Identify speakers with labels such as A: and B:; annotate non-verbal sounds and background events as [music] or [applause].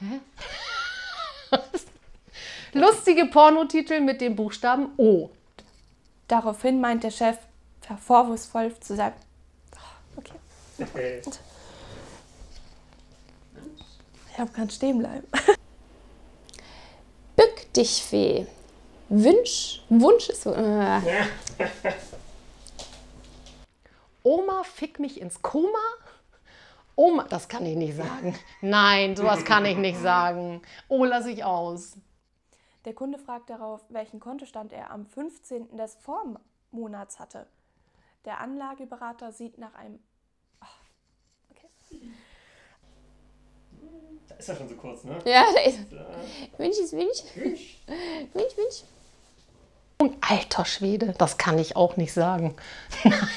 A: Hä? [laughs] Lustige Pornotitel mit dem Buchstaben O.
B: Daraufhin meint der Chef vorwurfsvoll zu seinem. Okay. Ich habe ganz stehen bleiben.
C: Bück dich, Fee. Wünsch, Wunsch ist. Äh,
A: Oma, fick mich ins Koma? Oma, das kann ich nicht sagen. Nein, sowas kann ich nicht sagen. Oh, lasse ich aus.
B: Der Kunde fragt darauf, welchen Kontostand er am 15. des Vormonats hatte. Der Anlageberater sieht nach einem.
D: Da ist ja schon so kurz, ne?
C: ja, da ist.
D: Da.
C: Wünsch ist Wünsch. Wünsch, Wünsch.
A: Und alter Schwede, das kann ich auch nicht sagen. Nein.